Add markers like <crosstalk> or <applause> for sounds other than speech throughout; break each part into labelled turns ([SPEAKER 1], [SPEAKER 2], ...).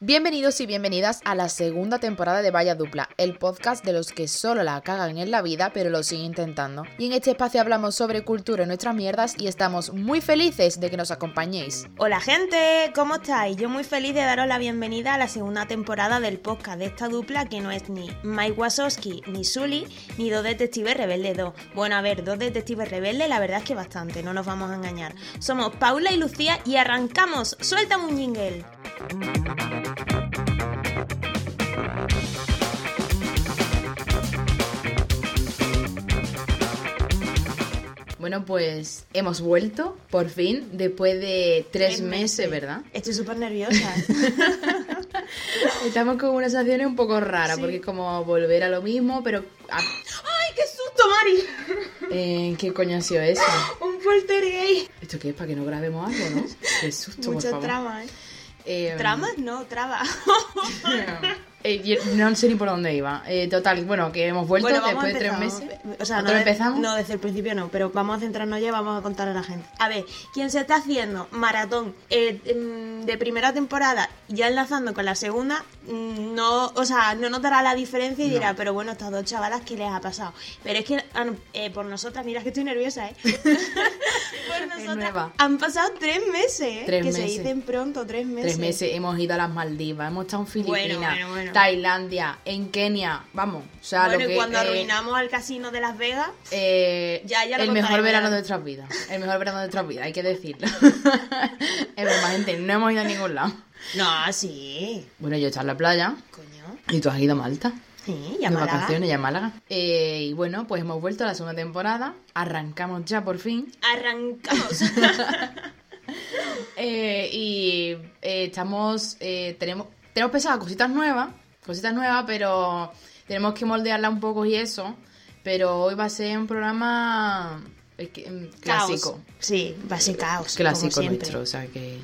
[SPEAKER 1] Bienvenidos y bienvenidas a la segunda temporada de Vaya Dupla, el podcast de los que solo la cagan en la vida pero lo siguen intentando. Y en este espacio hablamos sobre cultura y nuestras mierdas y estamos muy felices de que nos acompañéis.
[SPEAKER 2] Hola gente, ¿cómo estáis? Yo muy feliz de daros la bienvenida a la segunda temporada del podcast de esta dupla que no es ni Mike Wazowski, ni Sully, ni dos detectives rebeldes 2. Bueno, a ver, dos detectives rebeldes la verdad es que bastante, no nos vamos a engañar. Somos Paula y Lucía y arrancamos. ¡Suéltame un jingle!
[SPEAKER 1] Bueno, pues hemos vuelto, por fin, después de tres
[SPEAKER 2] Tres
[SPEAKER 1] meses,
[SPEAKER 2] meses.
[SPEAKER 1] ¿verdad?
[SPEAKER 2] Estoy súper nerviosa. <laughs>
[SPEAKER 1] Estamos con una sensación un poco rara,
[SPEAKER 2] Sí.
[SPEAKER 1] porque es como volver a lo mismo, pero... ah,
[SPEAKER 2] ¡Ay, qué susto, Mari!
[SPEAKER 1] eh, ¿Qué coño ha sido eso?
[SPEAKER 2] <laughs> Un poltergeist.
[SPEAKER 1] ¿Esto qué es? ¿Para que no grabemos algo, <laughs> no? Qué susto, por
[SPEAKER 2] Muchas
[SPEAKER 1] favor.
[SPEAKER 2] tramas, ¿eh?
[SPEAKER 1] Eh,
[SPEAKER 2] ¿Tramas? No, trabas.
[SPEAKER 1] Eh, yo no sé ni por dónde iba. Eh, total, bueno, que hemos vuelto después de tres meses.
[SPEAKER 2] O sea, no,
[SPEAKER 1] ¿Otra
[SPEAKER 2] de-
[SPEAKER 1] vez empezamos?
[SPEAKER 2] No, desde el principio no, pero vamos a centrarnos ya y vamos a contar a la gente. A ver, quien se está haciendo maratón eh, mm, de primera temporada, ya enlazando con la segunda, mm, no, o sea, no notará la diferencia y
[SPEAKER 1] No.
[SPEAKER 2] dirá, pero bueno, estas dos chavalas, ¿qué les ha pasado? Pero es que han- eh, por nosotras, mira que estoy
[SPEAKER 1] <laughs>
[SPEAKER 2] nerviosa, ¿eh? por nosotras
[SPEAKER 1] nueva.
[SPEAKER 2] han pasado tres meses, ¿eh?
[SPEAKER 1] Tres
[SPEAKER 2] que
[SPEAKER 1] meses.
[SPEAKER 2] se dicen pronto, tres meses.
[SPEAKER 1] Tres meses hemos ido a las Maldivas, hemos estado en
[SPEAKER 2] Bueno,
[SPEAKER 1] Filipinas,
[SPEAKER 2] bueno, bueno.
[SPEAKER 1] Tailandia, en Kenia, vamos. O sea,
[SPEAKER 2] bueno,
[SPEAKER 1] lo que,
[SPEAKER 2] y cuando
[SPEAKER 1] eh,
[SPEAKER 2] arruinamos al casino de Las Vegas...
[SPEAKER 1] eh,
[SPEAKER 2] Ya, ya lo
[SPEAKER 1] el mejor
[SPEAKER 2] contaré,
[SPEAKER 1] verano
[SPEAKER 2] verano.
[SPEAKER 1] de nuestras vidas. El mejor verano de nuestras vidas, hay que decirlo. <laughs> es broma, gente, no hemos ido a ningún lado.
[SPEAKER 2] No, sí.
[SPEAKER 1] Bueno, yo he estado en la playa
[SPEAKER 2] Coño.
[SPEAKER 1] y tú has ido a Malta.
[SPEAKER 2] Sí, ya
[SPEAKER 1] de
[SPEAKER 2] Málaga.
[SPEAKER 1] vacaciones, ya a Málaga. Eh, y bueno, pues hemos vuelto a la segunda temporada. Arrancamos ya por fin. <laughs>
[SPEAKER 2] Arrancamos.
[SPEAKER 1] Eh, y eh, estamos, eh, tenemos, tenemos pensado cositas nuevas, cositas nuevas, pero tenemos que moldearla un poco y eso. Pero hoy va a ser un programa eh, que- mm,
[SPEAKER 2] Caos.
[SPEAKER 1] clásico,
[SPEAKER 2] Sí, va a ser caos.
[SPEAKER 1] clásico
[SPEAKER 2] como siempre.
[SPEAKER 1] nuestro, o sea que.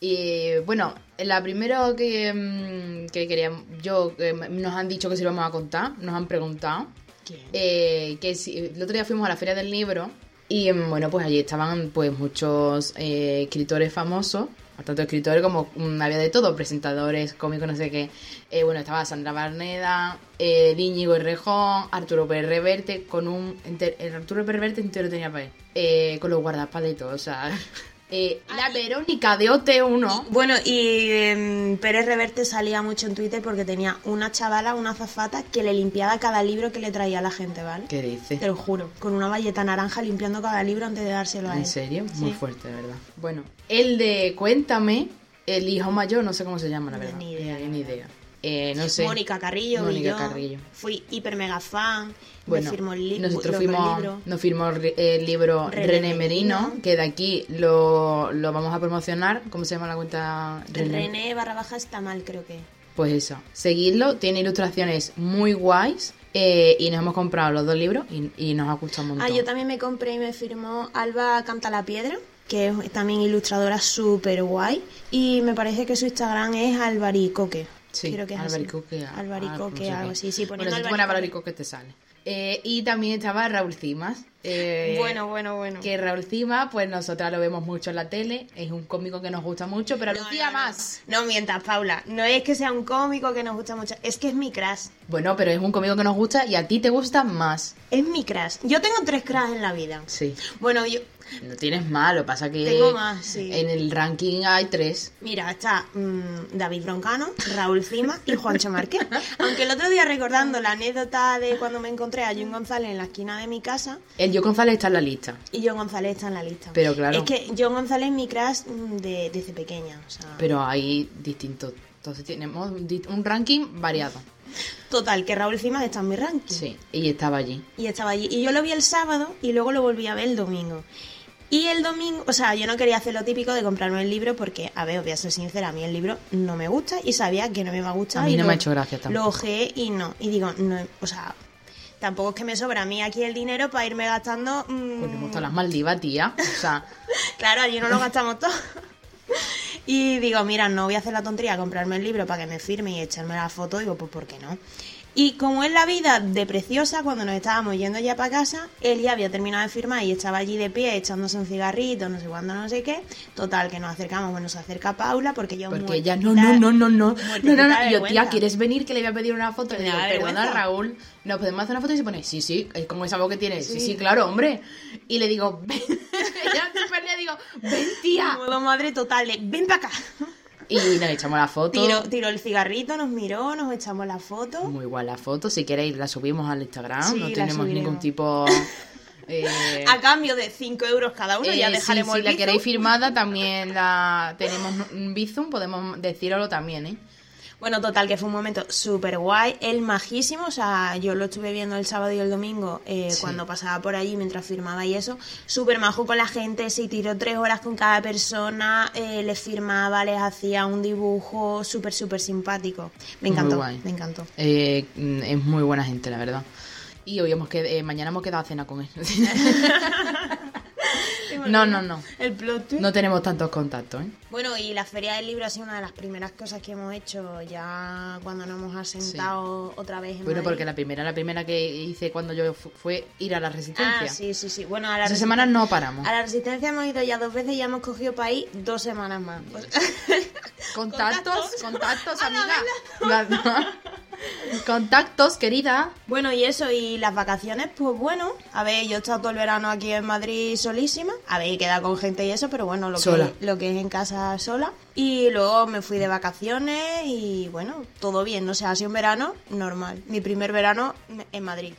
[SPEAKER 1] Y bueno, eh, la primera que, mm, que quería, yo, que m- nos han dicho que si lo vamos a contar, nos han preguntado.
[SPEAKER 2] ¿Quién?
[SPEAKER 1] Eh, que si- el otro día fuimos a la feria del libro y mm, bueno pues allí estaban pues muchos eh, escritores famosos tanto escritores como mm, había de todo presentadores cómicos no sé qué Eh, bueno estaba Sandra Barneda eh, el Íñigo Errejón Arturo Pérez Reverte con un enter- el Arturo Pérez Reverte entero tenía para él, eh, con los guardaespaldas y todo o sea <laughs> eh, la Verónica de OT1
[SPEAKER 2] Bueno, y em, Pérez Reverte salía mucho en Twitter porque tenía una chavala, una zafata, que le limpiaba cada libro que le traía a la gente, ¿vale?
[SPEAKER 1] ¿Qué dice
[SPEAKER 2] Te lo juro, con una valleta naranja limpiando cada libro antes de dárselo a él.
[SPEAKER 1] ¿En serio? Muy
[SPEAKER 2] Sí.
[SPEAKER 1] fuerte, de verdad. Bueno, el de Cuéntame, el hijo mayor, no sé cómo se llama, la
[SPEAKER 2] No,
[SPEAKER 1] verdad.
[SPEAKER 2] ni idea,
[SPEAKER 1] Eh,
[SPEAKER 2] la
[SPEAKER 1] ni
[SPEAKER 2] verdad.
[SPEAKER 1] idea. Eh, no sé.
[SPEAKER 2] Mónica Carrillo, vi
[SPEAKER 1] Mónica
[SPEAKER 2] yo.
[SPEAKER 1] Carrillo.
[SPEAKER 2] Fui hiper mega fan.
[SPEAKER 1] Bueno,
[SPEAKER 2] me firmó el libro.
[SPEAKER 1] nosotros fuimos, nos firmó el ri- el libro René,
[SPEAKER 2] René
[SPEAKER 1] Merino,
[SPEAKER 2] Merino.
[SPEAKER 1] que de aquí lo, lo vamos a promocionar. ¿Cómo se llama la cuenta?
[SPEAKER 2] René barra baja está mal, creo que.
[SPEAKER 1] Pues eso, seguidlo, tiene ilustraciones muy guays eh, y nos hemos comprado los dos libros y, y nos ha gustado un montón.
[SPEAKER 2] Ah, yo también me compré y me firmó Alba Canta la Piedra, que es también ilustradora súper guay. Y me parece que su Instagram es Albaricoque.
[SPEAKER 1] Sí,
[SPEAKER 2] creo que es así.
[SPEAKER 1] albaricoque, a-
[SPEAKER 2] Albaricoque,
[SPEAKER 1] a-
[SPEAKER 2] algo
[SPEAKER 1] no sé qué.
[SPEAKER 2] así. Sí,
[SPEAKER 1] bueno,
[SPEAKER 2] poniendo
[SPEAKER 1] si tú pones albaricoque te sale. Eh, y también estaba Raúl Cimas. eh,
[SPEAKER 2] Bueno, bueno, bueno.
[SPEAKER 1] Que Raúl Cimas, pues nosotras lo vemos mucho en la tele. Es un cómico que nos gusta mucho, pero a
[SPEAKER 2] No,
[SPEAKER 1] Lucía
[SPEAKER 2] no, no.
[SPEAKER 1] más.
[SPEAKER 2] No mientas, Paula. No es que sea un cómico que nos gusta mucho. Es que es mi crush.
[SPEAKER 1] Bueno, pero es un cómico que nos gusta y a ti te gusta más.
[SPEAKER 2] Es mi crush. Yo tengo tres crush en la vida.
[SPEAKER 1] Sí.
[SPEAKER 2] Bueno, yo.
[SPEAKER 1] No tienes más, lo que pasa que
[SPEAKER 2] Tengo más, sí.
[SPEAKER 1] en el ranking hay tres.
[SPEAKER 2] Mira, está mm, David Broncano, Raúl Cima y Juancho Márquez. Aunque el otro día recordando la anécdota de cuando me encontré a Jun González en la esquina de mi casa,
[SPEAKER 1] El Yo González está en la lista.
[SPEAKER 2] Y John González está en la lista.
[SPEAKER 1] Pero claro.
[SPEAKER 2] Es que John González es mi crush mm, de, desde pequeña. O sea,
[SPEAKER 1] Pero hay distintos. Entonces tenemos un di- un ranking variado.
[SPEAKER 2] Total, que Raúl Cimas está en mi ranking.
[SPEAKER 1] Sí. Y estaba allí.
[SPEAKER 2] Y estaba allí. Y yo lo vi el sábado y luego lo volví a ver el domingo. Y el domingo, o sea, yo no quería hacer lo típico de comprarme el libro porque, a ver, os voy a ser sincera, a mí el libro no me gusta y sabía que no me iba a gustar.
[SPEAKER 1] A mí
[SPEAKER 2] y
[SPEAKER 1] no me
[SPEAKER 2] lo-
[SPEAKER 1] ha hecho gracia tampoco.
[SPEAKER 2] Lo ojeé y no. Y digo, no, o sea, Tampoco es que me sobra a mí aquí el dinero para irme gastando. mm,
[SPEAKER 1] Pues nos hemos estado en las Maldivas, tía. O
[SPEAKER 2] <laughs>
[SPEAKER 1] sea,
[SPEAKER 2] Claro, allí no lo gastamos todo. <laughs> Y digo, mira, no voy a hacer la tontería de comprarme el libro para que me firme y echarme la foto. Digo, pues ¿por qué no? Y como es la vida de preciosa, cuando nos estábamos yendo ya para casa, él ya había terminado de firmar y estaba allí de pie echándose un cigarrito, no sé cuándo, no sé qué. Total, que nos acercamos, bueno, se acerca Paula porque yo
[SPEAKER 1] porque ella, no, no,
[SPEAKER 2] <laughs>
[SPEAKER 1] no, no, no, no, no, no. Y yo, tía,
[SPEAKER 2] quieres
[SPEAKER 1] ¿quieres venir? Que le voy a pedir una foto. Y
[SPEAKER 2] Me
[SPEAKER 1] le digo,
[SPEAKER 2] da
[SPEAKER 1] perdona,
[SPEAKER 2] vergüenza".
[SPEAKER 1] Raúl, ¿nos podemos hacer una foto? Y se pone, sí, sí, es como esa voz que tiene, sí, sí, claro, hombre. Y le digo, <laughs> ven, ya súper le digo, ven, tía.
[SPEAKER 2] Modo madre total, de, ven para acá.
[SPEAKER 1] Y nos echamos la foto.
[SPEAKER 2] Tiró, tiró el cigarrito, nos miró, nos echamos la foto.
[SPEAKER 1] Muy guay la foto, si queréis la subimos al Instagram,
[SPEAKER 2] Sí,
[SPEAKER 1] no
[SPEAKER 2] la
[SPEAKER 1] tenemos ningún tipo...
[SPEAKER 2] subiremos. <laughs>
[SPEAKER 1] eh,
[SPEAKER 2] A cambio de 5 euros cada uno, ya
[SPEAKER 1] Eh, sí,
[SPEAKER 2] dejaremos
[SPEAKER 1] si
[SPEAKER 2] el
[SPEAKER 1] la
[SPEAKER 2] bizum.
[SPEAKER 1] queréis firmada también la tenemos un bizum, podemos decirlo también, ¿eh?
[SPEAKER 2] Bueno, total, que fue un momento súper guay, el majísimo, o sea, yo lo estuve viendo el sábado y el domingo eh,
[SPEAKER 1] Sí.
[SPEAKER 2] cuando pasaba por allí mientras firmaba y eso, súper majo con la gente, se tiró tres horas con cada persona, eh, les firmaba, les hacía un dibujo súper, súper simpático. Me
[SPEAKER 1] Muy
[SPEAKER 2] encantó,
[SPEAKER 1] guay.
[SPEAKER 2] me encantó.
[SPEAKER 1] Eh, mm, es muy buena gente, la verdad. Y hoy hemos qued- eh, mañana hemos quedado a cena con él. <laughs> no, no, no.
[SPEAKER 2] El plot twist.
[SPEAKER 1] No tenemos tantos contactos, ¿eh?
[SPEAKER 2] Bueno, y la Feria del Libro ha sido una de las primeras cosas que hemos hecho ya cuando nos hemos asentado otra vez en
[SPEAKER 1] Bueno,
[SPEAKER 2] Madrid.
[SPEAKER 1] porque la primera, la primera que hice cuando yo fu- fue ir a la resistencia.
[SPEAKER 2] Ah, sí, sí, sí. Bueno, a la
[SPEAKER 1] Esa
[SPEAKER 2] Resistencia-
[SPEAKER 1] semana no paramos.
[SPEAKER 2] A la resistencia hemos ido ya dos veces y ya hemos cogido país dos semanas más. <laughs> O sea,
[SPEAKER 1] Contactos, contactos, amiga. <laughs> contactos, querida.
[SPEAKER 2] bueno, y eso, y las vacaciones, pues bueno. A ver, yo he estado todo el verano aquí en Madrid solísima. A ver, he quedado con gente y eso, pero bueno, lo,
[SPEAKER 1] Sola.
[SPEAKER 2] Que, lo que es en casa sola. Y luego me fui de vacaciones y bueno, todo bien. O sea, ha sido un verano normal. Mi primer verano en Madrid.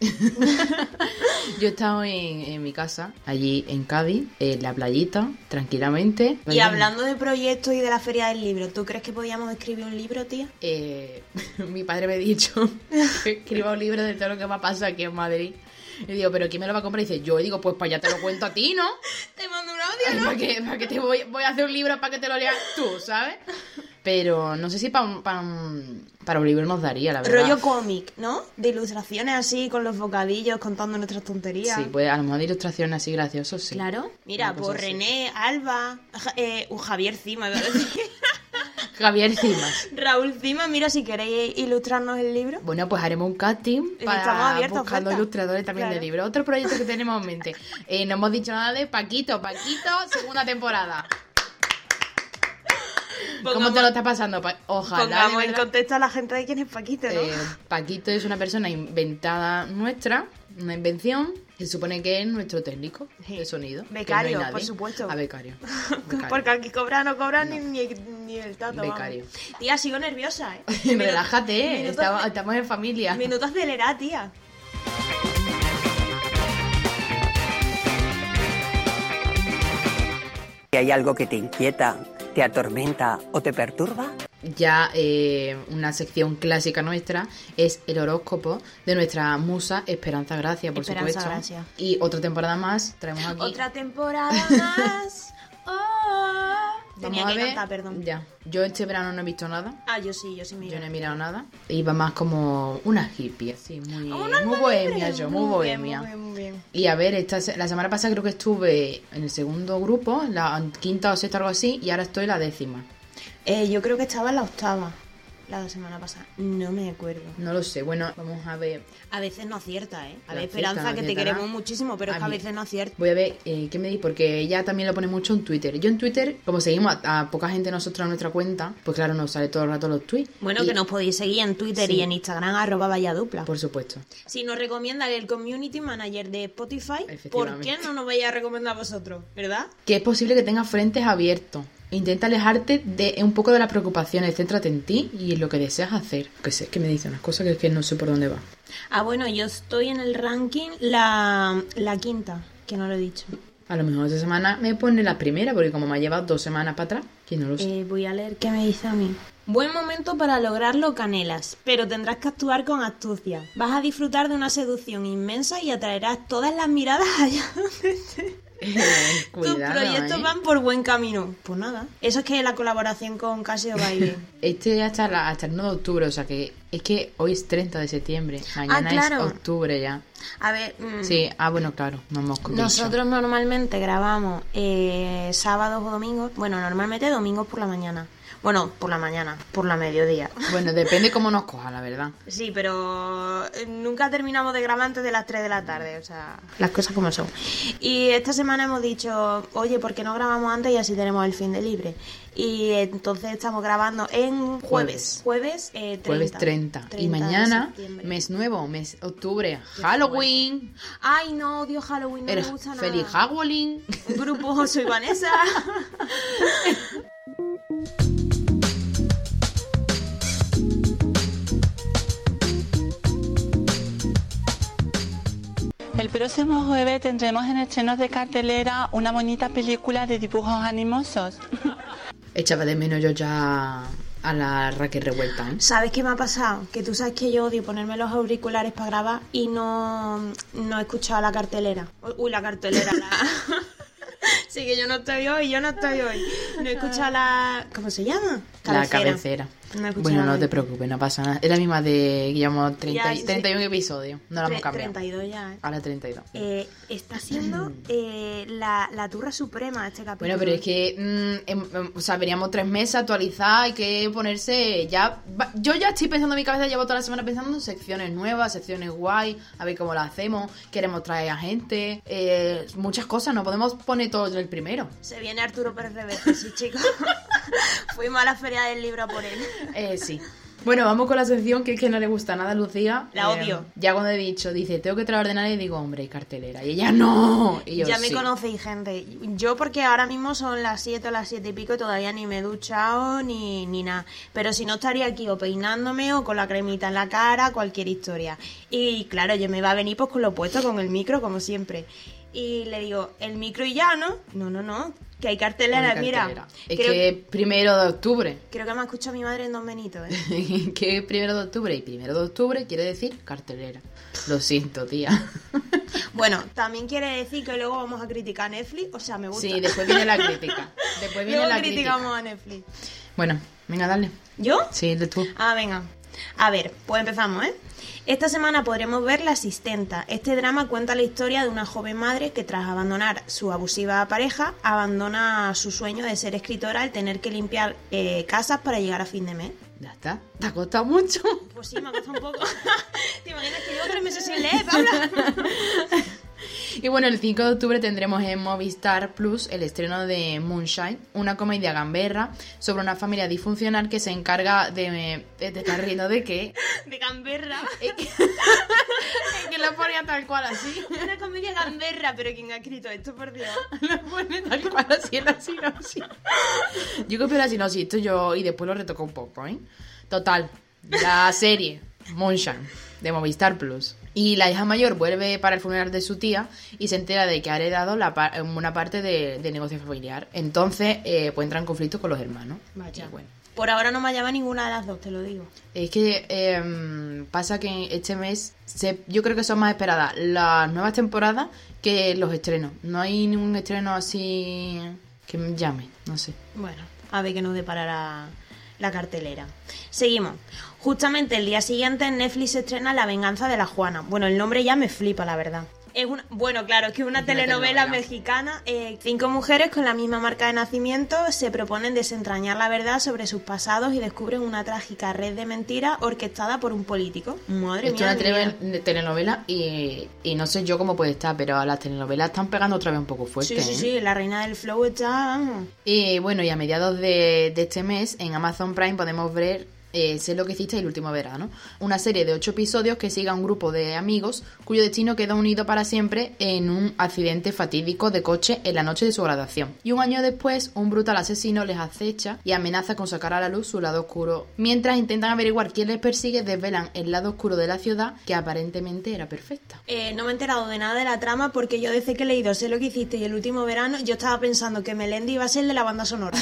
[SPEAKER 1] Yo he estado en, en mi casa, allí en Cádiz, en la playita, tranquilamente.
[SPEAKER 2] y hablando de proyectos y de la feria del libro, ¿tú crees que podíamos escribir un libro, tía?
[SPEAKER 1] Eh, <laughs> mi padre me ha dicho que escriba un libro de todo lo que me ha pasado aquí en Madrid. Y digo, ¿pero quién me lo va a comprar? Y dice, yo. Y digo, pues para allá te lo cuento a ti, ¿no? <laughs>
[SPEAKER 2] Te mando un audio,
[SPEAKER 1] ¿Para que, para que te voy, voy a hacer un libro para que te lo leas tú, ¿sabes? Pero no sé si para un, para un, para un libro nos daría, la verdad.
[SPEAKER 2] Rollo cómic, ¿no? De ilustraciones así, con los bocadillos, contando nuestras tonterías.
[SPEAKER 1] Sí, pues a lo mejor de ilustraciones así graciosos, sí.
[SPEAKER 2] Claro. Mira,
[SPEAKER 1] Una cosa
[SPEAKER 2] por
[SPEAKER 1] así.
[SPEAKER 2] René, Alba, ja- eh, uh, Javier Cima, iba a decir.
[SPEAKER 1] <laughs>
[SPEAKER 2] <laughs>
[SPEAKER 1] Javier Cimas.
[SPEAKER 2] Raúl Cima, mira, si queréis ilustrarnos el libro.
[SPEAKER 1] Bueno, pues haremos un casting
[SPEAKER 2] Estamos
[SPEAKER 1] para
[SPEAKER 2] abiertos a
[SPEAKER 1] buscando
[SPEAKER 2] ofertas.
[SPEAKER 1] ilustradores también de
[SPEAKER 2] Claro.
[SPEAKER 1] libros. Otro proyecto que tenemos en mente. Eh, no hemos dicho nada de Paquito. Paquito, segunda temporada. ¿Cómo te lo está pasando? Pa- Ojalá. de
[SPEAKER 2] Pongamos en
[SPEAKER 1] verdad.
[SPEAKER 2] contexto a la gente de quién es Paquito, ¿no? <laughs>
[SPEAKER 1] Eh, Paquito es una persona inventada nuestra, una invención. Se supone que es nuestro técnico
[SPEAKER 2] Sí.
[SPEAKER 1] de sonido. que no hay
[SPEAKER 2] Becario,
[SPEAKER 1] nadie.
[SPEAKER 2] por supuesto.
[SPEAKER 1] A
[SPEAKER 2] <laughs>
[SPEAKER 1] becario.
[SPEAKER 2] Porque
[SPEAKER 1] Becario.
[SPEAKER 2] aquí cobra, no cobra ni, ni, ni el tato. vamos.
[SPEAKER 1] Becario.
[SPEAKER 2] Tía, sigo nerviosa, ¿eh?
[SPEAKER 1] <laughs>
[SPEAKER 2] Minu-
[SPEAKER 1] <laughs> Relájate, eh,
[SPEAKER 2] minuto
[SPEAKER 1] estamos,
[SPEAKER 2] ace-
[SPEAKER 1] estamos en familia.
[SPEAKER 2] Minuto acelerá, tía.
[SPEAKER 3] Si hay algo que te inquieta, te atormenta o te perturba,
[SPEAKER 1] Ya eh, una sección clásica nuestra es el horóscopo de nuestra musa Esperanza Gracia, por
[SPEAKER 2] Esperanza
[SPEAKER 1] supuesto.
[SPEAKER 2] Gracia.
[SPEAKER 1] Y otra temporada más traemos aquí.
[SPEAKER 2] Otra
[SPEAKER 1] <laughs>
[SPEAKER 2] temporada más. Oh.
[SPEAKER 1] Vamos
[SPEAKER 2] Tenía
[SPEAKER 1] a
[SPEAKER 2] que
[SPEAKER 1] ver.
[SPEAKER 2] cantar, perdón.
[SPEAKER 1] Ya. Yo este verano no he visto nada.
[SPEAKER 2] Ah, yo sí, yo sí me
[SPEAKER 1] Yo no
[SPEAKER 2] iba.
[SPEAKER 1] he mirado nada. Iba más como una hippie, así, muy,
[SPEAKER 2] Como una
[SPEAKER 1] muy
[SPEAKER 2] alma
[SPEAKER 1] bohemia
[SPEAKER 2] libre.
[SPEAKER 1] yo, muy bohemia.
[SPEAKER 2] Bien, muy bien, muy bien.
[SPEAKER 1] Y a ver, esta, se- la semana pasada creo que estuve en el segundo grupo, en la quinta o sexta algo así, y ahora estoy en la décima.
[SPEAKER 2] Eh, yo creo que estaba en la octava, la de semana pasada. No me acuerdo.
[SPEAKER 1] No lo sé, bueno, vamos a ver.
[SPEAKER 2] A veces no acierta,
[SPEAKER 1] No
[SPEAKER 2] ¿eh? A ver,
[SPEAKER 1] acierta,
[SPEAKER 2] Esperanza,
[SPEAKER 1] no
[SPEAKER 2] que te
[SPEAKER 1] acierta
[SPEAKER 2] queremos
[SPEAKER 1] nada.
[SPEAKER 2] muchísimo, pero
[SPEAKER 1] A
[SPEAKER 2] es que a
[SPEAKER 1] mí-
[SPEAKER 2] veces no acierta.
[SPEAKER 1] Voy a ver eh, qué me dice, porque ella también lo pone mucho en Twitter. Yo en Twitter, como seguimos a, a poca gente nosotros a nuestra cuenta, pues claro, nos sale todo el rato los tweets.
[SPEAKER 2] Bueno,
[SPEAKER 1] Y-
[SPEAKER 2] que nos podéis seguir en Twitter
[SPEAKER 1] Sí.
[SPEAKER 2] y en Instagram, arroba valladupla.
[SPEAKER 1] Por supuesto.
[SPEAKER 2] Si nos recomienda el community manager de Spotify, ¿por
[SPEAKER 1] Efectivamente.
[SPEAKER 2] qué no nos vais a recomendar a vosotros? ¿Verdad?
[SPEAKER 1] que es posible que tengas frentes abiertos. Intenta alejarte de un poco de las preocupaciones, céntrate en ti y en lo que deseas hacer. Que sé, que me dice unas cosas que es que no sé por dónde va.
[SPEAKER 2] Ah, bueno, yo estoy en el ranking la, la quinta, que no lo he dicho.
[SPEAKER 1] A lo mejor esta semana me pone la primera, porque como me ha llevado dos semanas para atrás, que no lo sé.
[SPEAKER 2] Eh, voy a leer qué me dice a mí. Buen momento para lograrlo, Canelas, pero tendrás que actuar con astucia. Vas a disfrutar de una seducción inmensa y atraerás todas las miradas <laughs> allá donde estés.
[SPEAKER 1] <laughs>
[SPEAKER 2] Tus proyectos
[SPEAKER 1] eh.
[SPEAKER 2] van por buen camino. Pues nada, eso es que la colaboración con Casio va bien.
[SPEAKER 1] Este hasta, la- hasta el 1 de octubre, o sea que es que hoy es 30 de septiembre, mañana
[SPEAKER 2] Ah, claro.
[SPEAKER 1] es octubre ya.
[SPEAKER 2] <laughs> A ver, mm,
[SPEAKER 1] Sí, ah, bueno, claro, no hemos dicho.
[SPEAKER 2] nosotros normalmente grabamos eh, sábados o domingos. Bueno, normalmente domingos por la mañana. Bueno, por la mañana, por la mediodía. <laughs>
[SPEAKER 1] Bueno, depende cómo nos coja, la verdad.
[SPEAKER 2] Sí, pero eh, nunca terminamos de grabar antes de las 3 de la tarde, o sea, las cosas como son. Y esta semana hemos dicho, oye, ¿por qué no grabamos antes y así tenemos el fin de libre? Y entonces estamos grabando en jueves. Jueves, eh, 30.
[SPEAKER 1] Jueves 30. y
[SPEAKER 2] 30 de
[SPEAKER 1] mañana,
[SPEAKER 2] septiembre.
[SPEAKER 1] mes nuevo, mes octubre, Halloween.
[SPEAKER 2] Ay, no, odio Halloween, no
[SPEAKER 1] Eres
[SPEAKER 2] me gusta nada.
[SPEAKER 1] feliz Halloween.
[SPEAKER 2] Grupo
[SPEAKER 1] <laughs>
[SPEAKER 2] Soy Vanessa.
[SPEAKER 4] El próximo jueves tendremos en estrenos de cartelera una bonita película de dibujos animosos.
[SPEAKER 1] Echaba de menos yo ya a la Raquel revuelta, ¿eh?
[SPEAKER 2] ¿Sabes qué me ha pasado? Que tú sabes que yo odio ponerme los auriculares para grabar y no, no he escuchado la cartelera. Uy, la cartelera. La... <laughs> sí, que yo no estoy hoy, yo no estoy hoy. No he escuchado la... ¿Cómo se llama?
[SPEAKER 1] La cabecera.
[SPEAKER 2] No he escuchado
[SPEAKER 1] bueno, no
[SPEAKER 2] nada.
[SPEAKER 1] te preocupes, no pasa nada. Es la misma de Guillermo, 30,
[SPEAKER 2] Ya, sí, sí.
[SPEAKER 1] 31 episodios. No la hemos
[SPEAKER 2] Tre-
[SPEAKER 1] cambiado.
[SPEAKER 2] 32 ya, ¿eh?
[SPEAKER 1] Ahora 32.
[SPEAKER 2] Eh, está siendo eh, la, la turra suprema este capítulo.
[SPEAKER 1] Bueno, pero es que, mm, em- em, o sea, veníamos tres meses a actualizar, hay que ponerse ya... va- Yo ya estoy pensando en mi cabeza, llevo toda la semana pensando en secciones nuevas, secciones guay, a ver cómo las hacemos, queremos traer a gente, eh, muchas cosas, no podemos poner todo en el primero.
[SPEAKER 2] Se viene Arturo Pérez Reverte, sí, chicos. <laughs> Fuimos a la feria del libro a por él.
[SPEAKER 1] Eh,
[SPEAKER 2] <laughs>
[SPEAKER 1] sí. Bueno, vamos con la sección que es que no le gusta nada a Lucía.
[SPEAKER 2] La
[SPEAKER 1] Eh,
[SPEAKER 2] odio.
[SPEAKER 1] ya cuando he dicho, dice, tengo que traer y digo, hombre, y cartelera. Y ella, no. Y yo,
[SPEAKER 2] ya me
[SPEAKER 1] "Sí".
[SPEAKER 2] conocéis, gente. Yo porque ahora mismo son las 7 o las 7 y pico y todavía ni me he duchado ni, ni nada. Pero si no estaría aquí o peinándome o con la cremita en la cara, cualquier historia. Y claro, yo me va a venir pues con lo puesto, con el micro, como siempre. Y le digo, el micro y ya, ¿no? No, no, no, que hay cartelera,
[SPEAKER 1] Bueno,
[SPEAKER 2] mira.
[SPEAKER 1] cartelera. Es
[SPEAKER 2] creo,
[SPEAKER 1] que primero de octubre.
[SPEAKER 2] creo que me ha escuchado mi madre en Don Benito, ¿eh? <laughs>
[SPEAKER 1] <laughs> que es primero de octubre y primero de octubre quiere decir cartelera. Lo siento, tía.
[SPEAKER 2] Bueno, también quiere decir que luego vamos a criticar a Netflix, o sea, me gusta.
[SPEAKER 1] <laughs> sí, después viene la crítica.
[SPEAKER 2] <laughs>
[SPEAKER 1] Después viene
[SPEAKER 2] luego
[SPEAKER 1] la crítica.
[SPEAKER 2] criticamos a Netflix.
[SPEAKER 1] Bueno, venga, dale.
[SPEAKER 2] ¿Yo?
[SPEAKER 1] Sí, de tú.
[SPEAKER 2] Ah, venga. A ver, pues empezamos, ¿eh? Esta semana podremos ver La Asistenta. Este drama cuenta la historia de una joven madre que tras abandonar su abusiva pareja, abandona su sueño de ser escritora al tener que limpiar eh, casas para llegar a fin de mes.
[SPEAKER 1] Ya está. Te ha costado mucho. <laughs>
[SPEAKER 2] Pues sí, me ha costado un poco. <laughs> ¿Te imaginas que llevo tres meses sin leer, Paula?
[SPEAKER 1] Y bueno, el 5 de octubre tendremos en Movistar Plus el estreno de Moonshine, una comedia gamberra sobre una familia disfuncional que se encarga de... de- ¿Te estás riendo de qué?
[SPEAKER 2] De gamberra.
[SPEAKER 1] <laughs> Es que, es que lo ponía tal cual así.
[SPEAKER 2] Una comedia gamberra, pero ¿quién ha escrito esto, por Dios?
[SPEAKER 1] <laughs> Lo pone tal cual así en la sinopsis. Yo copio la sinopsis, esto yo... Y después lo retoco un poco, ¿eh? Total, la serie Moonshine de Movistar Plus. Y la hija mayor vuelve para el funeral de su tía y se entera de que ha heredado la par- una parte de- del negocio familiar. Entonces, eh, pues entra en conflicto con los hermanos.
[SPEAKER 2] Vaya.
[SPEAKER 1] Y bueno.
[SPEAKER 2] Por ahora no me ha llamado ninguna de las dos, te lo digo.
[SPEAKER 1] Es que em, pasa que este mes se- yo creo que son más esperadas las nuevas temporadas que los estrenos. No hay ningún estreno así que me llame, no sé.
[SPEAKER 2] Bueno, a ver qué nos deparará la cartelera. Seguimos. Justamente el día siguiente en Netflix se estrena La venganza de la Juana. Bueno, el nombre ya me flipa, la verdad. Es una, bueno, claro, es que es una
[SPEAKER 1] Es una
[SPEAKER 2] telenovela,
[SPEAKER 1] telenovela.
[SPEAKER 2] mexicana. eh, cinco mujeres con la misma marca de nacimiento se proponen desentrañar la verdad sobre sus pasados y descubren una trágica red de mentiras orquestada por un político. Madre
[SPEAKER 1] Esto
[SPEAKER 2] mía.
[SPEAKER 1] es una
[SPEAKER 2] de mi vida.
[SPEAKER 1] tele- de telenovela y, y no sé yo cómo puede estar, pero a las telenovelas están pegando otra vez un poco fuerte.
[SPEAKER 2] Sí, sí,
[SPEAKER 1] ¿eh?
[SPEAKER 2] sí, la reina del flow está, vamos.
[SPEAKER 1] Y bueno, y a mediados de, de este mes en Amazon Prime podemos ver eh, Sé lo que hiciste el último verano, una serie de ocho episodios que sigue a un grupo de amigos cuyo destino queda unido para siempre en un accidente fatídico de coche en la noche de su graduación. Y un año después, un brutal asesino les acecha y amenaza con sacar a la luz su lado oscuro. Mientras intentan averiguar quién les persigue, desvelan el lado oscuro de la ciudad que aparentemente era perfecta.
[SPEAKER 2] Eh, no me he enterado de nada de la trama porque yo desde que he leído Sé lo que hiciste y el último verano, yo estaba pensando que Melendi iba a ser el de la banda sonora.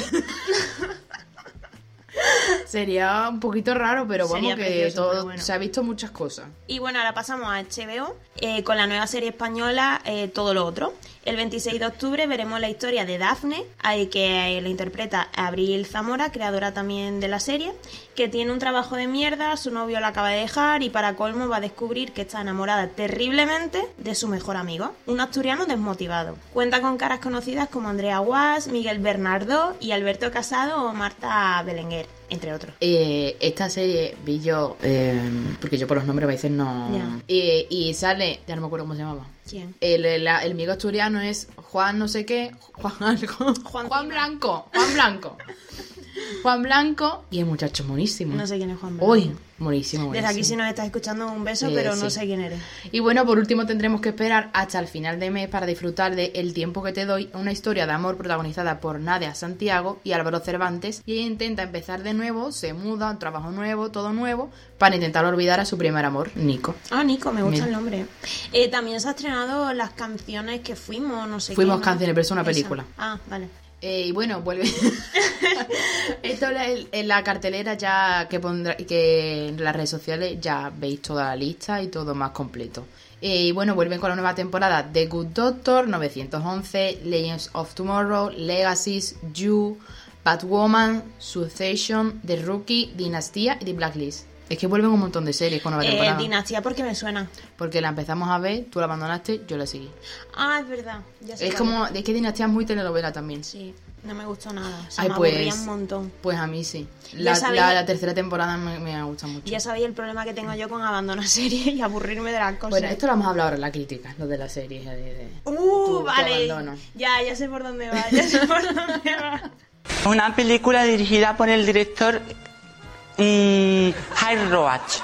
[SPEAKER 1] Sería un poquito raro, pero vamos
[SPEAKER 2] Sería
[SPEAKER 1] que
[SPEAKER 2] precioso,
[SPEAKER 1] todo
[SPEAKER 2] pero bueno.
[SPEAKER 1] se ha visto muchas cosas.
[SPEAKER 2] y bueno, ahora pasamos a HBO eh, con la nueva serie española eh, Todo lo Otro. El 26 de octubre veremos la historia de Daphne, ahí que eh, la interpreta Abril Zamora, creadora también de la serie, que tiene un trabajo de mierda, su novio la acaba de dejar y para colmo va a descubrir que está enamorada terriblemente de su mejor amigo, un asturiano desmotivado. Cuenta con caras conocidas como Andrea Guas, Miguel Bernardo y Alberto Casado o Marta Belenguer, entre otros.
[SPEAKER 1] Eh, esta serie vi yo, eh, porque yo por los nombres a veces no...
[SPEAKER 2] Ya.
[SPEAKER 1] Eh, y sale, ya no me acuerdo cómo se llamaba.
[SPEAKER 2] ¿Quién?
[SPEAKER 1] El, el, el amigo asturiano es Juan no sé qué, Juan algo,
[SPEAKER 2] Juan
[SPEAKER 1] Juan, Blanco, Juan
[SPEAKER 2] <laughs>
[SPEAKER 1] Blanco. Juan Blanco y el muchacho monísimo.
[SPEAKER 2] No sé quién es Juan Blanco.
[SPEAKER 1] Mm. Uy, monísimo,
[SPEAKER 2] Desde aquí si
[SPEAKER 1] monísimo.
[SPEAKER 2] nos estás escuchando un beso,
[SPEAKER 1] Eh,
[SPEAKER 2] pero no
[SPEAKER 1] sí.
[SPEAKER 2] sé quién eres.
[SPEAKER 1] Y bueno, por último tendremos que esperar hasta el final de mes para disfrutar de El tiempo que te doy, una historia de amor protagonizada por Nadia Santiago y Álvaro Cervantes, y ella intenta empezar de nuevo, se muda, un trabajo nuevo, todo nuevo, para intentar olvidar a su primer amor, Nico.
[SPEAKER 2] Ah, Nico, me
[SPEAKER 1] Mira.
[SPEAKER 2] gusta el nombre. Eh, también se ha estrenado las canciones que fuimos, no sé
[SPEAKER 1] Fuimos
[SPEAKER 2] qué, ¿no?
[SPEAKER 1] canciones, pero es una
[SPEAKER 2] Esa.
[SPEAKER 1] película.
[SPEAKER 2] Ah, vale.
[SPEAKER 1] Eh, y bueno, vuelve. Esto la- en, la cartelera ya que pondrá, que en las redes sociales ya veis toda la lista y todo más completo. Eh, y bueno, vuelven con la nueva temporada de Good Doctor, 911, Legends of Tomorrow, Legacies, You, Batwoman, Succession, The Rookie, Dinastía y The Blacklist. Es que vuelven un montón de series con nueva
[SPEAKER 2] Eh,
[SPEAKER 1] temporada.
[SPEAKER 2] Dinastía porque me suena.
[SPEAKER 1] porque la empezamos a ver, tú la abandonaste, yo la seguí.
[SPEAKER 2] Ah, es verdad. ya sé
[SPEAKER 1] Es
[SPEAKER 2] cuál
[SPEAKER 1] como, es que Dinastía es muy telenovela también.
[SPEAKER 2] Sí, no me gustó nada. Se
[SPEAKER 1] Ay,
[SPEAKER 2] me
[SPEAKER 1] pues-
[SPEAKER 2] aburría un montón.
[SPEAKER 1] Pues a mí sí.
[SPEAKER 2] Ya
[SPEAKER 1] La,
[SPEAKER 2] sabéis-
[SPEAKER 1] la- la tercera temporada me, me ha gustado mucho.
[SPEAKER 2] Ya sabéis el problema que tengo yo con abandonar <laughs> series y aburrirme de las cosas.
[SPEAKER 1] bueno, esto lo vamos a hablar ahora, la crítica, lo de la serie. de- de-
[SPEAKER 2] Uh,
[SPEAKER 1] tu- tu
[SPEAKER 2] vale.
[SPEAKER 1] abandono.
[SPEAKER 2] ya, ya sé por dónde va, ya sé por <laughs> dónde va.
[SPEAKER 4] Una película dirigida por el director mm, High Roach.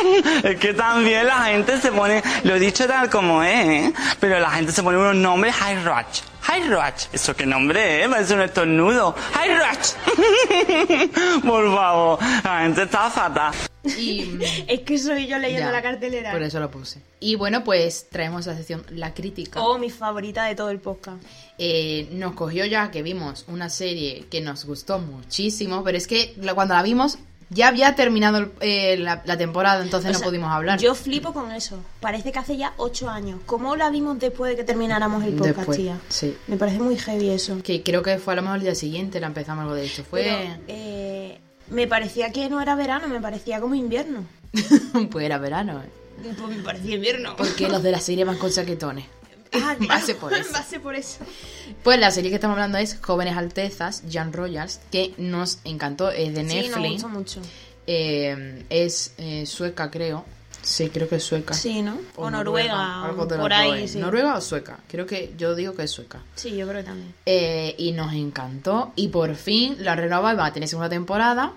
[SPEAKER 4] <laughs> Es que también la gente se pone, lo he dicho tal como es, ¿eh? pero la gente se pone unos nombres High Roach. High Roach, eso qué nombre es, parece un estornudo. High <laughs> Roach. Por favor, la gente está fatal.
[SPEAKER 2] <laughs>
[SPEAKER 1] Y, mm,
[SPEAKER 2] Es que soy yo leyendo
[SPEAKER 1] ya,
[SPEAKER 2] la cartelera.
[SPEAKER 1] Por eso lo puse. Y bueno, pues traemos la sección La crítica.
[SPEAKER 2] Oh, mi favorita de todo el podcast.
[SPEAKER 1] Eh, nos cogió ya que vimos una serie que nos gustó muchísimo, pero es que la- cuando la vimos ya había terminado el- eh, la, la temporada, entonces
[SPEAKER 2] O
[SPEAKER 1] no
[SPEAKER 2] sea,
[SPEAKER 1] pudimos hablar.
[SPEAKER 2] Yo flipo con eso. Parece que hace ya ocho años. ¿Cómo la vimos después de que termináramos el podcast,
[SPEAKER 1] Después,
[SPEAKER 2] tía?
[SPEAKER 1] sí.
[SPEAKER 2] Me parece muy heavy eso.
[SPEAKER 1] Que creo que fue a lo mejor el día siguiente, la empezamos algo de esto. Fue...
[SPEAKER 2] Pero, eh, me parecía que no era verano, me parecía como invierno.
[SPEAKER 1] <laughs> pues era verano, eh.
[SPEAKER 2] Pues me parecía invierno.
[SPEAKER 1] Porque los de la serie van con chaquetones. <laughs>
[SPEAKER 2] Ah,
[SPEAKER 1] En base
[SPEAKER 2] <laughs>
[SPEAKER 1] por
[SPEAKER 2] en
[SPEAKER 1] eso.
[SPEAKER 2] base por eso.
[SPEAKER 1] Pues la serie que estamos hablando es Jóvenes Altezas, Jan Royals, que nos encantó, es de
[SPEAKER 2] Sí, nos
[SPEAKER 1] Netflix,
[SPEAKER 2] gustó mucho.
[SPEAKER 1] eh, es eh, sueca creo, sí, creo que es sueca.
[SPEAKER 2] Sí, ¿no? O, Noruega,
[SPEAKER 1] Noruega, algo de las
[SPEAKER 2] por
[SPEAKER 1] dos,
[SPEAKER 2] ahí.
[SPEAKER 1] ¿eh?
[SPEAKER 2] Sí.
[SPEAKER 1] ¿Noruega o sueca? Creo que yo digo que es sueca.
[SPEAKER 2] Sí, yo creo que también.
[SPEAKER 1] Eh, y nos encantó. Y por fin la renova y va a tener segunda temporada.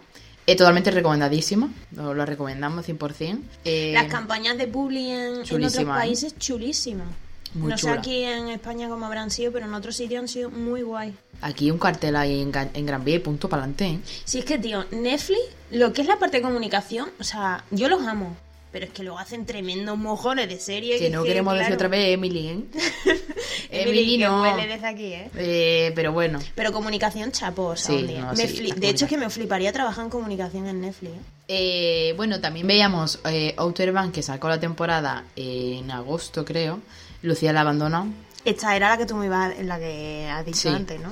[SPEAKER 1] Eh, totalmente recomendadísima. Lo, lo recomendamos 100%. Eh,
[SPEAKER 2] Las campañas de Publi en, en otros
[SPEAKER 1] chulísima, ¿eh?
[SPEAKER 2] países, chulísimas.
[SPEAKER 1] Muy
[SPEAKER 2] no sé
[SPEAKER 1] chula.
[SPEAKER 2] aquí en España cómo habrán sido, pero en otros sitios han sido muy guay.
[SPEAKER 1] Aquí un cartel ahí en, Ga- en Gran Vía y punto ¿eh? para adelante.
[SPEAKER 2] Si es que, tío, Netflix, lo que es la parte de comunicación, o sea, yo los amo. Pero es que luego hacen tremendos mojones de serie.
[SPEAKER 1] Que no
[SPEAKER 2] es
[SPEAKER 1] queremos decir
[SPEAKER 2] claro.
[SPEAKER 1] otra vez Emily, ¿eh?
[SPEAKER 2] <laughs> Emily,
[SPEAKER 1] Emily
[SPEAKER 2] que
[SPEAKER 1] no.
[SPEAKER 2] huele desde aquí, ¿eh?
[SPEAKER 1] Eh, pero bueno.
[SPEAKER 2] Pero comunicación chapo, o sea,
[SPEAKER 1] Sí,
[SPEAKER 2] un día.
[SPEAKER 1] no,
[SPEAKER 2] Me
[SPEAKER 1] sí, la
[SPEAKER 2] fli- De hecho,
[SPEAKER 1] comunicación.
[SPEAKER 2] es que me fliparía trabajar en comunicación en Netflix. ¿eh?
[SPEAKER 1] Eh, bueno, también veíamos eh, Outer Banks, que sacó la temporada eh, en agosto, creo. Lucía la abandonó.
[SPEAKER 2] Esta era la que tú me ibas, la que has dicho
[SPEAKER 1] Sí.
[SPEAKER 2] antes, ¿no?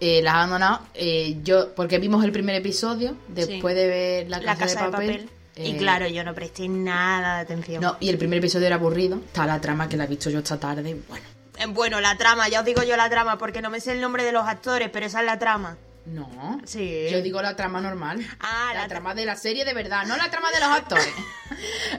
[SPEAKER 1] Eh, la ha abandonado. eh, yo, porque vimos el primer episodio, después
[SPEAKER 2] Sí.
[SPEAKER 1] de ver La Casa, de, Papel.
[SPEAKER 2] y
[SPEAKER 1] eh,
[SPEAKER 2] claro, yo no presté nada de atención.
[SPEAKER 1] No, y el primer episodio era aburrido. Está la trama que la he visto yo esta tarde. Bueno,
[SPEAKER 2] Eh, Bueno, la trama, ya os digo yo la trama, porque no me sé el nombre de los actores, pero esa es la trama.
[SPEAKER 1] no.
[SPEAKER 2] Sí.
[SPEAKER 1] Yo digo la trama normal.
[SPEAKER 2] Ah,
[SPEAKER 1] la,
[SPEAKER 2] la tra-
[SPEAKER 1] trama de la serie de verdad, no la trama de los
[SPEAKER 2] <laughs>
[SPEAKER 1] actores.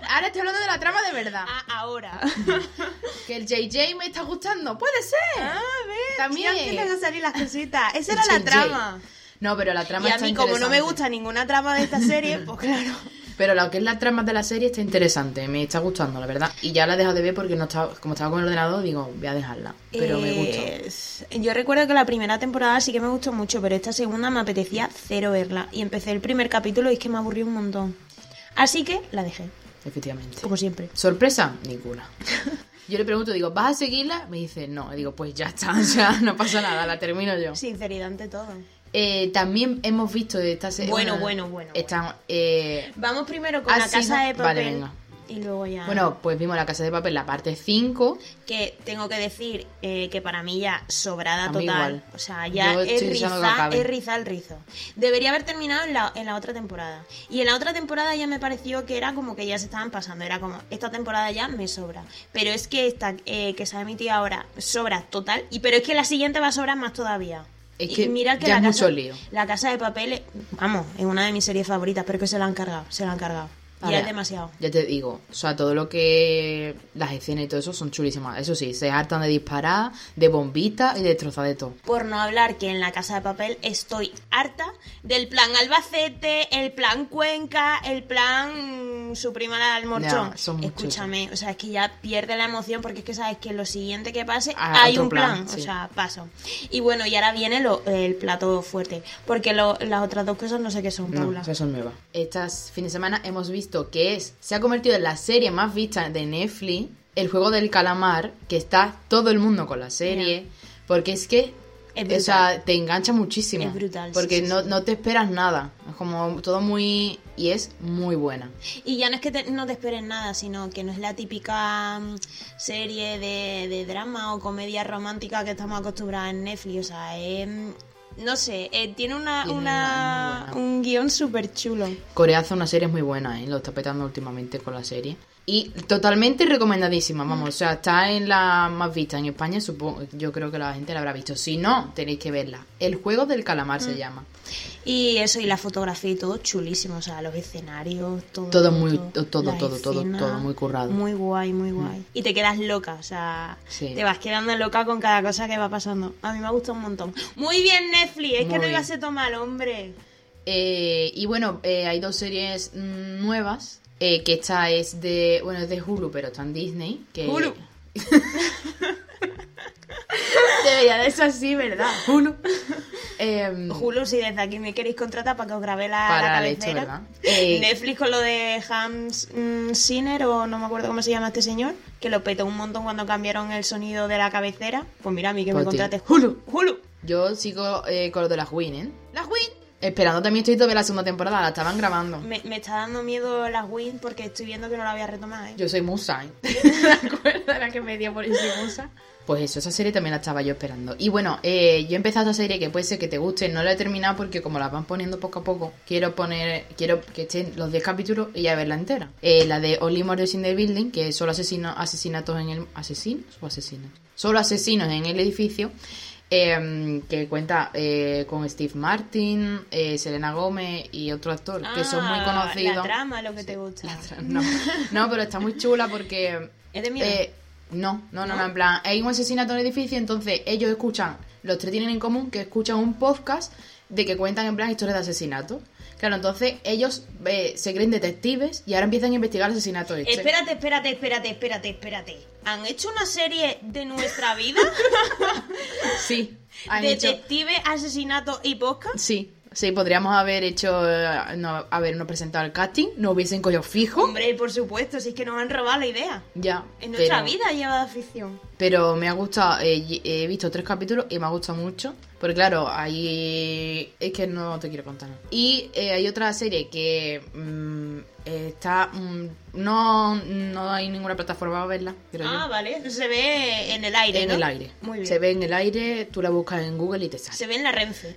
[SPEAKER 1] Ahora estoy hablando de la trama de verdad.
[SPEAKER 2] Ah, ahora.
[SPEAKER 1] <laughs> Que el JJ me está gustando. Puede ser.
[SPEAKER 2] Ah, a ver.
[SPEAKER 1] También.
[SPEAKER 2] Ya empiezan a salir las cositas. Esa
[SPEAKER 1] El
[SPEAKER 2] era la
[SPEAKER 1] JJ.
[SPEAKER 2] trama.
[SPEAKER 1] No, pero la trama
[SPEAKER 2] Y a
[SPEAKER 1] está
[SPEAKER 2] mí, como no me
[SPEAKER 1] interesante.
[SPEAKER 2] gusta ninguna trama de
[SPEAKER 1] <laughs>
[SPEAKER 2] esta serie, pues claro.
[SPEAKER 1] Pero lo que es la trama de la serie está interesante, me está gustando, la verdad. Y ya la he dejado de ver porque no estaba, como estaba con el ordenador, digo, voy a dejarla. Pero me gustó.
[SPEAKER 2] Eh, Yo recuerdo que la primera temporada sí que me gustó mucho, pero esta segunda me apetecía cero verla. Y empecé el primer capítulo y es que me aburrió un montón. Así que la dejé,
[SPEAKER 1] Efectivamente.
[SPEAKER 2] como siempre.
[SPEAKER 1] ¿Sorpresa?
[SPEAKER 2] <laughs>
[SPEAKER 1] Ninguna. Yo le pregunto, digo, ¿vas a seguirla? Me dice, no. Y digo, pues ya está, <laughs> ya no pasa nada, la termino yo.
[SPEAKER 2] Sinceridad ante todo.
[SPEAKER 1] Eh, también hemos visto esta serie.
[SPEAKER 2] Bueno, bueno, bueno,
[SPEAKER 1] Están. eh,
[SPEAKER 2] Vamos primero con
[SPEAKER 1] ha
[SPEAKER 2] la
[SPEAKER 1] sido-
[SPEAKER 2] casa de papel.
[SPEAKER 1] Ah, Vale, venga.
[SPEAKER 2] Y luego ya.
[SPEAKER 1] Bueno, pues vimos La Casa de Papel, la parte 5.
[SPEAKER 2] que tengo que decir eh, que para mí ya sobrada
[SPEAKER 1] A mí
[SPEAKER 2] total.
[SPEAKER 1] igual.
[SPEAKER 2] O sea, ya
[SPEAKER 1] Yo
[SPEAKER 2] es
[SPEAKER 1] estoy deseando que
[SPEAKER 2] rizar
[SPEAKER 1] acabe.
[SPEAKER 2] es rizar el rizo. Debería haber terminado en la, en la otra temporada. Y en la otra temporada ya me pareció que era como que ya se estaban pasando. Era como, esta temporada ya me sobra. Pero es que esta eh, que se ha emitido ahora sobra total. Y pero es que la siguiente va a sobrar más todavía.
[SPEAKER 1] Es
[SPEAKER 2] Y
[SPEAKER 1] que ya es mucho lío.
[SPEAKER 2] La casa de papel, eh, vamos, es una de mis series favoritas, pero es que se la han cargado, se la han cargado.
[SPEAKER 1] A
[SPEAKER 2] ya
[SPEAKER 1] ver,
[SPEAKER 2] es demasiado.
[SPEAKER 1] Ya te digo, o sea, todo lo que. Las escenas y todo eso son chulísimas. Eso sí, se hartan de disparar, de bombitas y de destrozar de todo.
[SPEAKER 2] por no hablar que en la casa de papel estoy harta del plan Albacete, el plan Cuenca, el plan mm, su prima la del morchón.
[SPEAKER 1] Ya, son muchos.
[SPEAKER 2] Escúchame, o sea, es que ya pierde la emoción porque es que sabes que lo siguiente que pase
[SPEAKER 1] Ah,
[SPEAKER 2] hay
[SPEAKER 1] otro
[SPEAKER 2] un plan,
[SPEAKER 1] plan, sí.
[SPEAKER 2] o sea, paso. Y bueno, y ahora viene lo- el plato fuerte, porque lo- las otras dos cosas no sé qué Mm, son,
[SPEAKER 1] No,
[SPEAKER 2] Paula.
[SPEAKER 1] esas son nuevas. Estas fin de semana hemos visto que es. Se ha convertido en la serie más vista de Netflix, El juego del calamar, que está todo el mundo con la serie. Porque es que.
[SPEAKER 2] Es
[SPEAKER 1] o sea, te engancha muchísimo.
[SPEAKER 2] Es brutal, sí,
[SPEAKER 1] Porque
[SPEAKER 2] sí,
[SPEAKER 1] no,
[SPEAKER 2] sí.
[SPEAKER 1] no te esperas nada. Es como todo muy. Y es muy buena.
[SPEAKER 2] Y ya no es que te- no te esperes nada, sino que no es la típica mm, serie de, de drama o comedia romántica que estamos acostumbrados en Netflix. O sea, es, mm, no sé, eh, tiene una,
[SPEAKER 1] Tiene
[SPEAKER 2] una-
[SPEAKER 1] una- muy buena.
[SPEAKER 2] un guión súper chulo.
[SPEAKER 1] Corea hace una serie muy buena, ¿eh? lo está petando últimamente con la serie. Y totalmente recomendadísima,
[SPEAKER 2] Mm.
[SPEAKER 1] vamos. O sea, está en la más vista en España, supongo. Yo creo que la gente la habrá visto. Si no, tenéis que verla. El juego del calamar
[SPEAKER 2] Mm.
[SPEAKER 1] se llama.
[SPEAKER 2] Y eso, y la fotografía y todo chulísimo. O sea, los escenarios, todo.
[SPEAKER 1] Todo muy- todo,
[SPEAKER 2] las
[SPEAKER 1] todo, todo,
[SPEAKER 2] escenas,
[SPEAKER 1] todo muy currado. Mm.
[SPEAKER 2] Muy guay, muy guay. Y te quedas loca, o sea,
[SPEAKER 1] Sí.
[SPEAKER 2] te vas quedando loca con cada cosa que va pasando. A mí me ha gustado un montón. Muy bien, Netflix, es
[SPEAKER 1] Muy
[SPEAKER 2] que no
[SPEAKER 1] bien.
[SPEAKER 2] iba a ser tan mal, hombre.
[SPEAKER 1] Eh, y bueno, eh, hay dos series mm, nuevas. eh, que esta es de. Bueno, es de Hulu, pero está en Disney. Que...
[SPEAKER 2] Hulu.
[SPEAKER 1] <laughs> Debería de ser así, ¿verdad? Hulu. Em,
[SPEAKER 2] Julio, si desde aquí me queréis contratar para que os grabe la,
[SPEAKER 1] Para
[SPEAKER 2] la
[SPEAKER 1] la leche,
[SPEAKER 2] cabecera.
[SPEAKER 1] ¿verdad? Eh,
[SPEAKER 2] Netflix con lo de Hans mm, Sinner, o no me acuerdo cómo se llama este señor, que lo petó un montón cuando cambiaron el sonido de la cabecera. Pues mira, a mí que me
[SPEAKER 1] Por ti.
[SPEAKER 2] contrates. Hulu, Hulu.
[SPEAKER 1] Yo sigo eh, con lo de las Win, ¿eh? ¡Las Win! Esperando también estoy todavía la segunda temporada, la estaban grabando.
[SPEAKER 2] Me, me está dando miedo las Win porque estoy viendo que no la voy a retomar. ¿eh?
[SPEAKER 1] Yo soy Musa, ¿eh? <laughs> ¿Te acuerdas la que me dio por eso Musa? Pues eso, esa serie también la estaba yo esperando. Y bueno, eh, yo he empezado esa serie que puede ser que te guste, no la he terminado porque como la van poniendo poco a poco, quiero poner, quiero que estén los 10 capítulos y ya verla entera. Eh, la de Only Murders in the Building, que es solo asesino, asesinatos en el... ¿Asesinos o asesinas? Solo asesinos en el edificio. eh, que cuenta eh, con Steve Martin, eh, Selena Gómez y otro actor que son muy
[SPEAKER 2] Ah,
[SPEAKER 1] conocidos.
[SPEAKER 2] La trama, lo que te gusta.
[SPEAKER 1] La tra- no. no, pero está muy chula porque...
[SPEAKER 2] <laughs> ¿Es de miedo?
[SPEAKER 1] eh, no, no, no, no, en plan, hay un asesinato en el edificio, entonces ellos escuchan, los tres tienen en común que escuchan un podcast de que cuentan en plan historias de asesinato. Claro, entonces ellos eh, se creen detectives y ahora empiezan a investigar el asesinato este.
[SPEAKER 2] Espérate, espérate, espérate, espérate, espérate. ¿Han hecho una serie de nuestra vida? <laughs>
[SPEAKER 1] Sí, <laughs> han hecho-
[SPEAKER 2] Detective, asesinato y podcast.
[SPEAKER 1] Sí, sí, podríamos haber hecho, eh, no, habernos presentado al casting, no hubiesen cogido fijo.
[SPEAKER 2] Hombre, por supuesto, si es que nos han robado la idea.
[SPEAKER 1] Ya.
[SPEAKER 2] En nuestra
[SPEAKER 1] pero-
[SPEAKER 2] vida llevada ficción.
[SPEAKER 1] Pero me ha gustado, eh, y- he visto tres capítulos y me ha gustado mucho. Porque claro, ahí es que no te quiero contar. nada. Y eh, hay otra serie que mm, está... mm, no, no hay ninguna plataforma para verla, creo
[SPEAKER 2] Ah,
[SPEAKER 1] yo.
[SPEAKER 2] vale. Se ve en el aire,
[SPEAKER 1] en
[SPEAKER 2] ¿no?
[SPEAKER 1] el aire.
[SPEAKER 2] Muy bien.
[SPEAKER 1] Se ve en el aire, tú la buscas en Google y te sale.
[SPEAKER 2] Se ve en
[SPEAKER 1] <laughs>
[SPEAKER 2] la Renfe.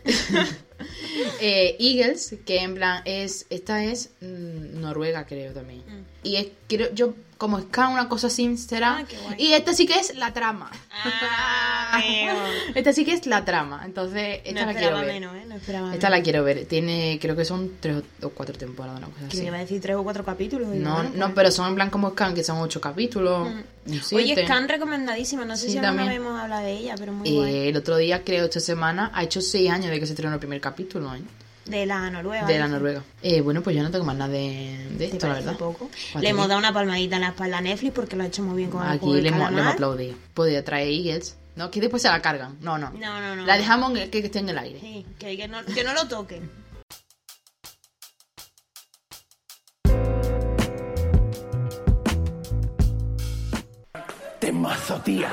[SPEAKER 1] Eh, Eagles, que en plan es... Esta es mm, Noruega, creo también. Y es, creo, yo como es cada una cosa sincera.
[SPEAKER 2] Mm. Ah, qué guay.
[SPEAKER 1] y esta sí que es la trama.
[SPEAKER 2] ah, amigo.
[SPEAKER 1] Esta sí que es la trama, entonces esta la
[SPEAKER 2] no
[SPEAKER 1] quiero
[SPEAKER 2] esperaba
[SPEAKER 1] ver.
[SPEAKER 2] menos, ¿eh? No esperaba
[SPEAKER 1] Esta
[SPEAKER 2] menos.
[SPEAKER 1] la quiero ver. Tiene, creo que son tres o o cuatro temporadas, una cosa
[SPEAKER 2] Que
[SPEAKER 1] así.
[SPEAKER 2] iba a decir tres o cuatro capítulos. y
[SPEAKER 1] No, no,
[SPEAKER 2] bueno, pues. mm.
[SPEAKER 1] pero son en plan como Scan, que son ocho capítulos. un
[SPEAKER 2] Oye,
[SPEAKER 1] siete.
[SPEAKER 2] Scan recomendadísima. No sé
[SPEAKER 1] Sí,
[SPEAKER 2] si aún no
[SPEAKER 1] también.
[SPEAKER 2] habíamos hablado de ella, pero muy
[SPEAKER 1] Eh,
[SPEAKER 2] guay.
[SPEAKER 1] el otro día, creo, esta semana, ha hecho seis años de que se estrenó el primer capítulo, ¿eh?
[SPEAKER 2] De la Noruega.
[SPEAKER 1] De la
[SPEAKER 2] dice.
[SPEAKER 1] Noruega. Eh, bueno, pues yo no tengo más nada de, de
[SPEAKER 2] ¿Te
[SPEAKER 1] esto, la
[SPEAKER 2] parece
[SPEAKER 1] verdad.
[SPEAKER 2] poco?
[SPEAKER 1] Joder,
[SPEAKER 2] Le hemos dado una palmadita en la espalda a Netflix porque lo ha hecho muy bien con el
[SPEAKER 1] Aquí
[SPEAKER 2] juego del
[SPEAKER 1] le hemos, le hemos
[SPEAKER 2] calamar.
[SPEAKER 1] aplaudido. Podría traer Eagles. No, que después se la cargan. No, no.
[SPEAKER 2] No, no, no.
[SPEAKER 1] La dejamos que, que esté en el aire.
[SPEAKER 2] Sí, que, que no, que no lo toquen.
[SPEAKER 5] Temazo, tía.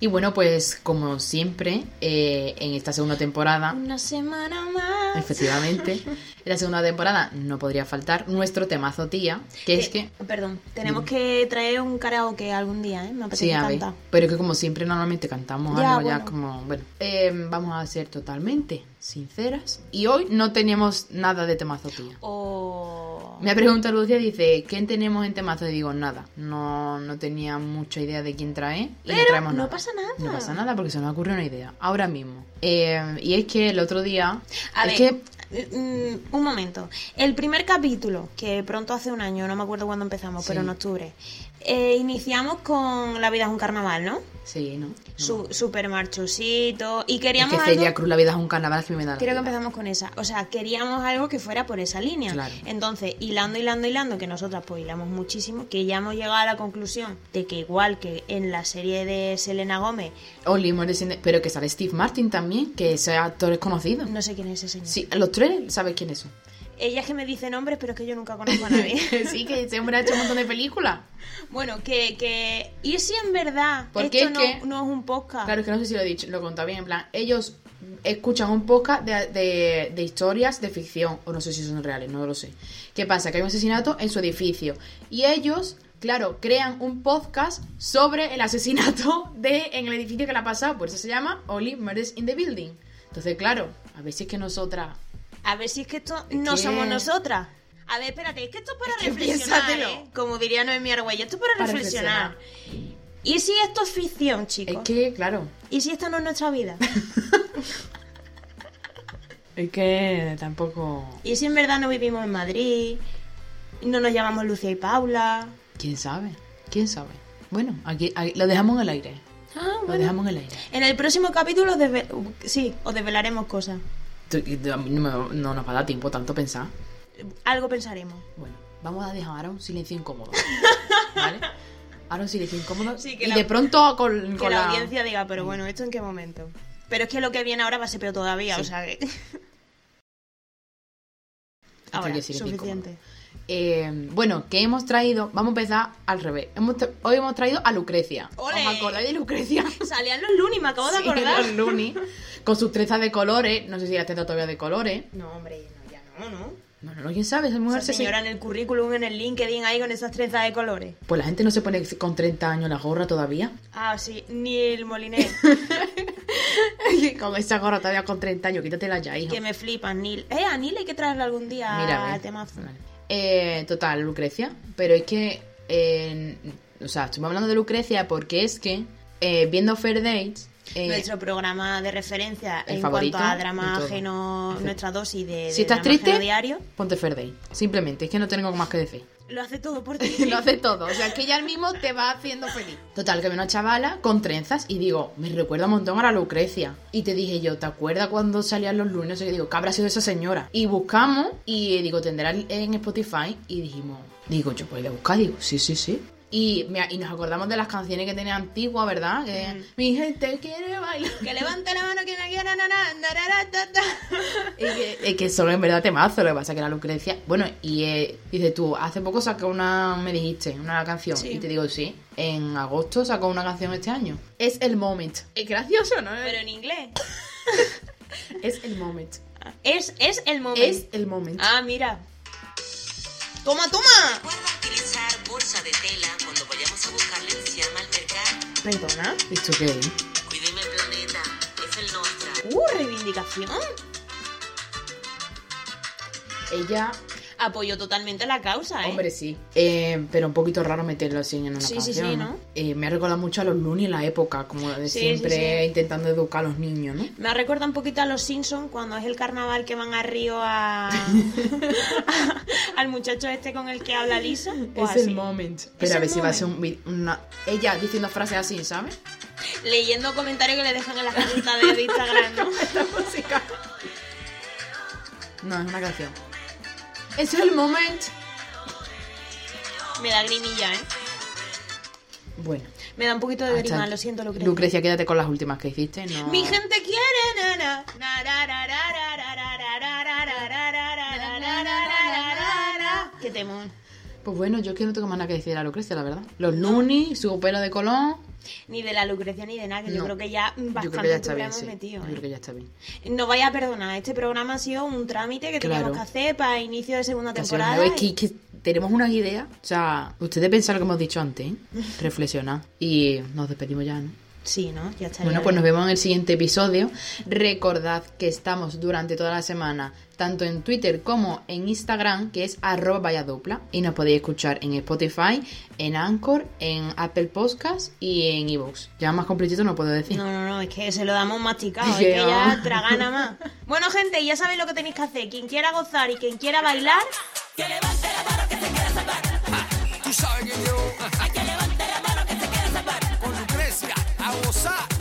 [SPEAKER 1] Y bueno, pues como siempre, eh, en esta segunda temporada,
[SPEAKER 2] Una semana más.
[SPEAKER 1] efectivamente, en la segunda temporada no podría faltar nuestro temazo tía, que es
[SPEAKER 2] Eh,
[SPEAKER 1] que...
[SPEAKER 2] Perdón, tenemos que traer un karaoke algún día, ¿eh? Me apetece
[SPEAKER 1] Sí, a ver,
[SPEAKER 2] cantar.
[SPEAKER 1] pero que como siempre normalmente cantamos
[SPEAKER 2] Ya,
[SPEAKER 1] algo ya
[SPEAKER 2] bueno.
[SPEAKER 1] como... Bueno, eh, vamos a ser totalmente sinceras. Y hoy no tenemos nada de temazo tía.
[SPEAKER 2] O...
[SPEAKER 1] Me ha preguntado Lucia, dice, ¿quién tenemos en temazo? Y digo, nada, no, no tenía mucha idea de quién trae. y no,
[SPEAKER 2] Pero
[SPEAKER 1] traemos
[SPEAKER 2] no
[SPEAKER 1] nada.
[SPEAKER 2] pasa nada.
[SPEAKER 1] No pasa nada porque se nos ocurre una idea, ahora mismo. Eh, y es que el otro día...
[SPEAKER 2] A
[SPEAKER 1] es
[SPEAKER 2] ver,
[SPEAKER 1] que
[SPEAKER 2] mm, un momento. El primer capítulo, que pronto hace un año, no me acuerdo cuándo empezamos,
[SPEAKER 1] Sí.
[SPEAKER 2] pero en octubre, eh, iniciamos con La vida es un carnaval, ¿no?
[SPEAKER 1] Sí, ¿no? no.
[SPEAKER 2] Su, super marchosito. Y
[SPEAKER 1] es
[SPEAKER 2] queríamos
[SPEAKER 1] que
[SPEAKER 2] algo...
[SPEAKER 1] Celia Cruz, la vida es un carnaval que me da la
[SPEAKER 2] Creo
[SPEAKER 1] vida.
[SPEAKER 2] que empezamos con esa. O sea, queríamos algo que fuera por esa línea.
[SPEAKER 1] Claro.
[SPEAKER 2] Entonces, hilando, hilando, hilando, que nosotras pues hilamos muchísimo, que ya hemos llegado a la conclusión de que igual que en la serie de Selena Gómez,
[SPEAKER 1] Only More Descendants, pero que sale Steve Martin también, que ese actor es conocido.
[SPEAKER 2] no sé quién es ese señor.
[SPEAKER 1] Sí, los tres, ¿sabes quiénes son?
[SPEAKER 2] Ella es que me dice nombres, pero es que yo nunca conozco a nadie.
[SPEAKER 1] <laughs>
[SPEAKER 2] <laughs>
[SPEAKER 1] sí, que ese hombre ha hecho un montón de películas.
[SPEAKER 2] bueno, que, que... ¿Y si en verdad
[SPEAKER 1] Porque
[SPEAKER 2] esto
[SPEAKER 1] es
[SPEAKER 2] no,
[SPEAKER 1] que-
[SPEAKER 2] no es un podcast?
[SPEAKER 1] Claro, es que no sé si lo he dicho, lo he contado bien, en plan, ellos escuchan un podcast de, de- de historias de ficción, o no sé si son reales, no lo sé. ¿Qué pasa? Que hay un asesinato en su edificio. Y ellos, claro, crean un podcast sobre el asesinato de en el edificio que le ha pasado, por eso se llama Only Murders in the Building. Entonces, claro, a ver si es que nosotras...
[SPEAKER 2] A ver si es que esto
[SPEAKER 1] Es
[SPEAKER 2] no
[SPEAKER 1] que-
[SPEAKER 2] somos nosotras. A ver, espérate, es que esto es para
[SPEAKER 1] Es que
[SPEAKER 2] reflexionar,
[SPEAKER 1] piénsatelo.
[SPEAKER 2] ¿eh? Como diría Noemí Argüello, esto es para,
[SPEAKER 1] Para
[SPEAKER 2] reflexionar. ¿Y si esto es ficción, chicos?
[SPEAKER 1] Es que, claro,
[SPEAKER 2] ¿Y si esta no es nuestra vida?
[SPEAKER 1] es que tampoco...
[SPEAKER 2] ¿Y si en verdad no vivimos en Madrid? ¿No nos llamamos Lucia y Paula?
[SPEAKER 1] ¿Quién sabe? ¿Quién sabe? Bueno, aquí, aquí- lo dejamos en el aire.
[SPEAKER 2] Ah,
[SPEAKER 1] Lo dejamos en el aire.
[SPEAKER 2] En el próximo capítulo os desve- uh, sí, os desvelaremos cosas.
[SPEAKER 1] Tú- tú- a mí No, me- no nos va a dar tiempo tanto a pensar.
[SPEAKER 2] Algo pensaremos.
[SPEAKER 1] Bueno, vamos a dejar ahora un silencio <laughs> incómodo. ¿Vale? Ahora un silencio incómodo.
[SPEAKER 2] Sí, que
[SPEAKER 1] y
[SPEAKER 2] la-
[SPEAKER 1] de pronto con,
[SPEAKER 2] Que
[SPEAKER 1] con
[SPEAKER 2] la audiencia diga, pero bueno, ¿esto en qué momento? Pero es que lo que viene ahora va a ser peor todavía,
[SPEAKER 1] Sí.
[SPEAKER 2] o sea <laughs> que...
[SPEAKER 1] Hasta aquí
[SPEAKER 2] Ahora,
[SPEAKER 1] el silencio
[SPEAKER 2] suficiente.
[SPEAKER 1] incómodo. Eh, bueno, que hemos traído. Vamos a empezar al revés. Hemos tra- hoy hemos traído a Lucrecia.
[SPEAKER 2] ¡Ole!
[SPEAKER 1] ¿Os acordáis de <laughs> Lucrecia?
[SPEAKER 2] Salían los lunes, me acabo de
[SPEAKER 1] Sí,
[SPEAKER 2] acordar.
[SPEAKER 1] los Looney, Con sus trenzas de colores. No sé si las trenzas todavía de colores.
[SPEAKER 2] No, hombre, no, ya no, ¿no?
[SPEAKER 1] No, no, no, quién sabe. Esa mujer
[SPEAKER 2] Esa
[SPEAKER 1] se-
[SPEAKER 2] señora en el currículum, en el LinkedIn, ahí con esas trenzas de colores.
[SPEAKER 1] Pues la gente no se pone con 30 años la gorra todavía.
[SPEAKER 2] Ah, sí, ni el Moliné.
[SPEAKER 1] <laughs> con esa gorra todavía con 30 años, quítatela ya, hija.
[SPEAKER 2] que me flipan, Neil. Eh, a Neil hay que traerle algún día
[SPEAKER 1] Mira, a
[SPEAKER 2] a
[SPEAKER 1] ver.
[SPEAKER 2] temazo.
[SPEAKER 1] Vale. Eh, total, Lucrecia. Pero es que. eh, o sea, estoy hablando de Lucrecia porque es que eh, viendo Fair Dates. eh,
[SPEAKER 2] Nuestro programa de referencia
[SPEAKER 1] el
[SPEAKER 2] en
[SPEAKER 1] favorito
[SPEAKER 2] cuanto a
[SPEAKER 1] de
[SPEAKER 2] drama
[SPEAKER 1] todo.
[SPEAKER 2] ajeno,
[SPEAKER 1] Perfecto.
[SPEAKER 2] nuestra dosis de, de
[SPEAKER 1] si estás
[SPEAKER 2] drama
[SPEAKER 1] triste,
[SPEAKER 2] ajeno diario,
[SPEAKER 1] ponte Fair Date. Simplemente, es que no tengo más que decir.
[SPEAKER 2] lo hace todo por ti.
[SPEAKER 1] <laughs> Lo hace todo, o sea, que ella mismo te va haciendo feliz. Total, que veo una chavala con trenzas y digo, me recuerda un montón a la Lucrecia. Y te dije yo, ¿te acuerdas cuando salían los lunes? Y digo, ¿qué habrá sido esa señora? Y buscamos y digo, tendrá en Spotify. Y dijimos, digo, yo voy a buscar, digo, sí, sí, sí. Y, me- y nos acordamos de las canciones que tenía antigua, ¿verdad? Que, Mi gente quiere bailar.
[SPEAKER 2] que levante la mano quien la quiera, na, na, na, na, na, ta, ta.
[SPEAKER 1] Y que, es que solo en verdad temazo, lo que pasa es que la Lucrecia. Bueno, y eh, dices tú, hace poco sacó una, me dijiste, una canción.
[SPEAKER 2] Sí.
[SPEAKER 1] Y te digo, sí, en agosto sacó una canción este año. Es el moment. Es gracioso, ¿no?
[SPEAKER 2] Pero en inglés.
[SPEAKER 1] Es el moment.
[SPEAKER 2] Es, es el momento.
[SPEAKER 1] Es el moment.
[SPEAKER 2] Ah, mira. Toma, toma.
[SPEAKER 5] Recuerda utilizar bolsa de tela cuando vayamos a buscar llama al mercado.
[SPEAKER 2] Perdona.
[SPEAKER 1] ¿Esto qué es?
[SPEAKER 5] Cuidemos el planeta, es el nuestro.
[SPEAKER 2] Uh, reivindicación.
[SPEAKER 1] Ella,
[SPEAKER 2] Apoyo totalmente la causa, ¿eh?
[SPEAKER 1] hombre, sí. Eh, pero un poquito raro meterlo así en una
[SPEAKER 2] Sí, sí,
[SPEAKER 1] canción.
[SPEAKER 2] sí, ¿no?
[SPEAKER 1] Eh, me ha recordado mucho a los Looney la época, como de
[SPEAKER 2] Sí, sí,
[SPEAKER 1] siempre
[SPEAKER 2] sí.
[SPEAKER 1] intentando educar a los niños, ¿no?
[SPEAKER 2] Me recuerda un poquito a los Simpsons cuando es el carnaval que van a Río
[SPEAKER 1] <laughs>
[SPEAKER 2] a... <laughs> al muchacho este con el que habla Lisa. Pues
[SPEAKER 1] es
[SPEAKER 2] así.
[SPEAKER 1] el moment. Pero a
[SPEAKER 2] el
[SPEAKER 1] ver si va a ser
[SPEAKER 2] moment.
[SPEAKER 1] un vi- una. Ella diciendo frases así, ¿sabes?
[SPEAKER 2] Leyendo comentarios que le dejan en las cuentas
[SPEAKER 1] <laughs>
[SPEAKER 2] de Instagram, ¿no?
[SPEAKER 1] música. No, es una canción. Es el moment.
[SPEAKER 2] Me da grimilla, ¿eh?
[SPEAKER 1] Bueno.
[SPEAKER 2] Me da un poquito de grima, lo siento, Lucrecia.
[SPEAKER 1] Lucrecia, quédate con las últimas que hiciste. No.
[SPEAKER 2] Mi gente quiere, nana. Na, ra, ra, ra, ra, ra, ra, ra, ra, ra, ra, ra, ra, ra, ra, ra, ra, ra, ra. Qué temón.
[SPEAKER 1] Pues bueno, yo es que no tengo más nada que decir a Lucrecia, la verdad. Los Looney, su pelo de colón.
[SPEAKER 2] Ni de la Lucrecia ni de nada, que yo
[SPEAKER 1] No.
[SPEAKER 2] creo que ya
[SPEAKER 1] Yo creo
[SPEAKER 2] bastante
[SPEAKER 1] que ya está bien,
[SPEAKER 2] programa
[SPEAKER 1] sí.
[SPEAKER 2] metido.
[SPEAKER 1] Yo
[SPEAKER 2] ¿eh?
[SPEAKER 1] creo que ya está bien.
[SPEAKER 2] No vaya a perdonar, este programa ha sido un trámite que teníamos
[SPEAKER 1] Claro.
[SPEAKER 2] que hacer para inicio de segunda
[SPEAKER 1] Que ha sido
[SPEAKER 2] temporada.
[SPEAKER 1] nuevo,
[SPEAKER 2] y-
[SPEAKER 1] es que, que tenemos unas ideas. O sea, ustedes pensan lo que hemos dicho antes, ¿eh? Reflexionar. Y nos despedimos ya, ¿no?
[SPEAKER 2] Sí, ¿no? Ya está.
[SPEAKER 1] Bueno, pues nos vemos en el siguiente episodio. Recordad que estamos durante toda la semana, tanto en Twitter como en Instagram, que es arroba valladupla. Y nos podéis escuchar en Spotify, en Anchor, en Apple Podcasts y en Evox. Ya más completito no puedo decir.
[SPEAKER 2] No, no, no, es que se lo damos masticado, es
[SPEAKER 1] Que
[SPEAKER 2] que ya
[SPEAKER 1] no.
[SPEAKER 2] traga nada más. Bueno, gente, ya sabéis lo que tenéis que hacer. Quien quiera gozar y quien quiera bailar,
[SPEAKER 6] Tú sabes que yo. Hay que levantar la mano que se quiere salvar. Con Lucrecia, a gozar.